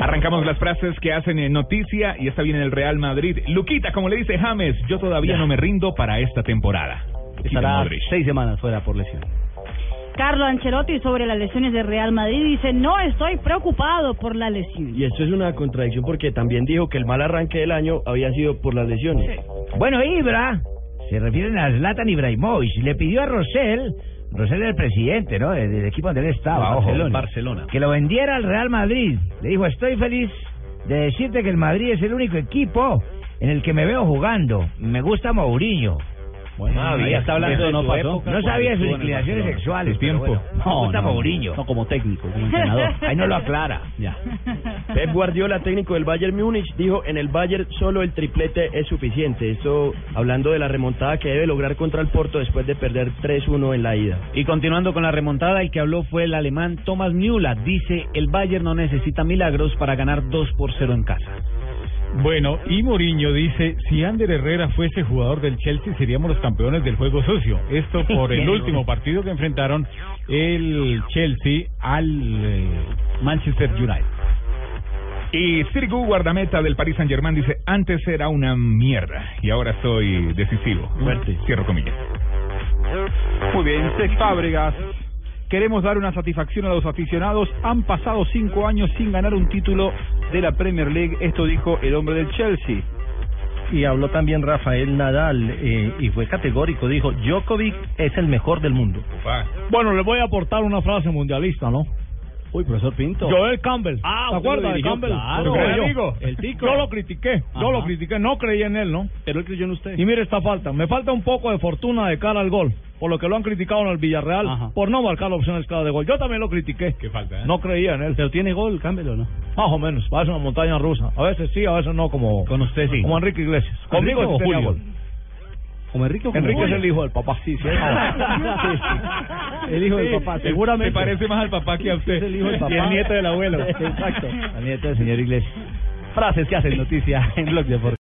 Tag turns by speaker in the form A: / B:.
A: Arrancamos las frases que hacen en noticia y esta viene del Real Madrid. Luquita, como le dice James, yo todavía no me rindo para esta temporada. Kylian
B: Estará
A: Modric.
B: seis semanas fuera por lesión.
C: Carlo Ancelotti sobre las lesiones de Real Madrid dice, no estoy preocupado por la lesión.
D: Y esto es una contradicción porque también dijo que el mal arranque del año había sido por las lesiones.
E: Bueno, Ibra, se refieren a Zlatan Ibrahimovic. Le pidió a Rosell, Rosell era el presidente, ¿no? Del, del equipo donde él estaba, ojo,
A: Barcelona. Barcelona.
E: que lo vendiera al Real Madrid. Le dijo, estoy feliz de decirte que el Madrid es el único equipo en el que me veo jugando. Me gusta Mourinho.
D: Ah, bien.
B: ya está hablando
D: Eso
B: de
D: no
B: su
D: pasó.
B: época
E: No
B: cuando
E: sabía
B: estuvo
E: sus
B: en el
E: inclinaciones
B: Barcelona.
E: sexuales,
A: Su
E: pero
A: tiempo.
E: bueno, me gusta Mourinho.
B: No como técnico, como entrenador.
E: Ahí no lo aclara.
B: Ya.
D: Pep Guardiola, técnico del Bayern Múnich, dijo en el Bayern solo el triplete es suficiente. Esto hablando de la remontada que debe lograr contra el Porto después de perder 3-1 en la ida.
F: Y continuando con la remontada, el que habló fue el alemán Thomas Müller. Dice, el Bayern no necesita milagros para ganar 2 por 0 en casa.
A: Bueno, y Mourinho dice, si Ander Herrera fuese jugador del Chelsea, seríamos los campeones del juego sucio. Esto por el último partido que enfrentaron el Chelsea al eh, Manchester United. Y Sirgu, guardameta del Paris Saint-Germain, dice, antes era una mierda y ahora soy decisivo. Fuerte. Cierro comillas. Muy bien, Cesc Fábregas. Queremos dar una satisfacción a los aficionados. Han pasado cinco años sin ganar un título de la Premier League. Esto dijo el hombre del Chelsea.
B: Y habló también Rafael Nadal eh, y fue categórico. Dijo, Djokovic es el mejor del mundo.
F: Bueno, le voy a aportar una frase mundialista, ¿no?
B: Uy, profesor Pinto.
F: Joel Campbell.
B: Ah,
F: ¿Te
B: usted lo
F: acuerdas de
B: dirigió,
F: Campbell?
B: claro.
F: Lo creí
B: El
F: yo.
B: tico. El tico.
F: Yo lo critiqué,
B: Ajá.
F: yo lo critiqué, no creí en él, ¿no?
B: Pero él creyó en usted.
F: Y mire esta falta, me falta un poco de fortuna de cara al gol, por lo que lo han criticado en el Villarreal
B: Ajá.
F: por no marcar opciones claras de gol. Yo también lo critiqué.
A: ¿Qué falta?
F: No creía en él.
B: Pero tiene gol, cámbialo, ¿no?
F: Más o menos, parece una montaña rusa. A veces sí, a veces no, como,
B: Con usted sí.
F: como Enrique Iglesias.
B: ¿Enrique
F: Conmigo
B: o
F: sí tenía
B: Julio?
F: gol.
B: Como Enrique o como
F: Enrique es
B: Julio.
F: el hijo del papá. Sí, sí.
B: El hijo del papá.
F: Seguramente.
A: Se parece más al papá que a usted.
B: Es el hijo del papá.
F: Y el nieto del abuelo.
B: Exacto. La nieta del señor Iglesias. Frases que hacen noticia en Blog Deportivo.